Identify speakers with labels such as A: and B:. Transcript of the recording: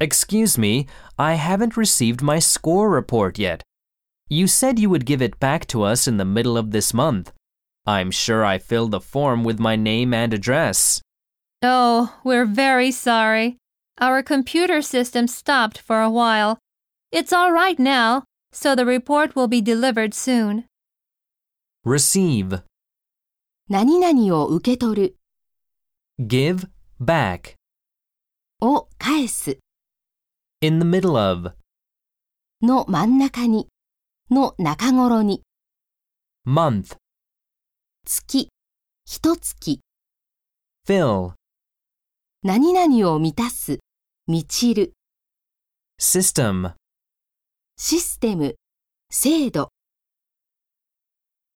A: Excuse me, I haven't received my score report yet. You said you would give it back to us in the middle of this month. I'm sure I filled the form with my name and address.
B: Oh, we're very sorry. Our computer system stopped for a while. It's all right now, so the report will be delivered soon.
A: Receive,
C: 何々を受け取る
A: give, back,
C: を返す
A: in the middle of,
C: の真ん中にの中頃に
A: month,
C: 月一月
A: fill,
C: 何々を満たす満ちる
A: system.
C: システム制度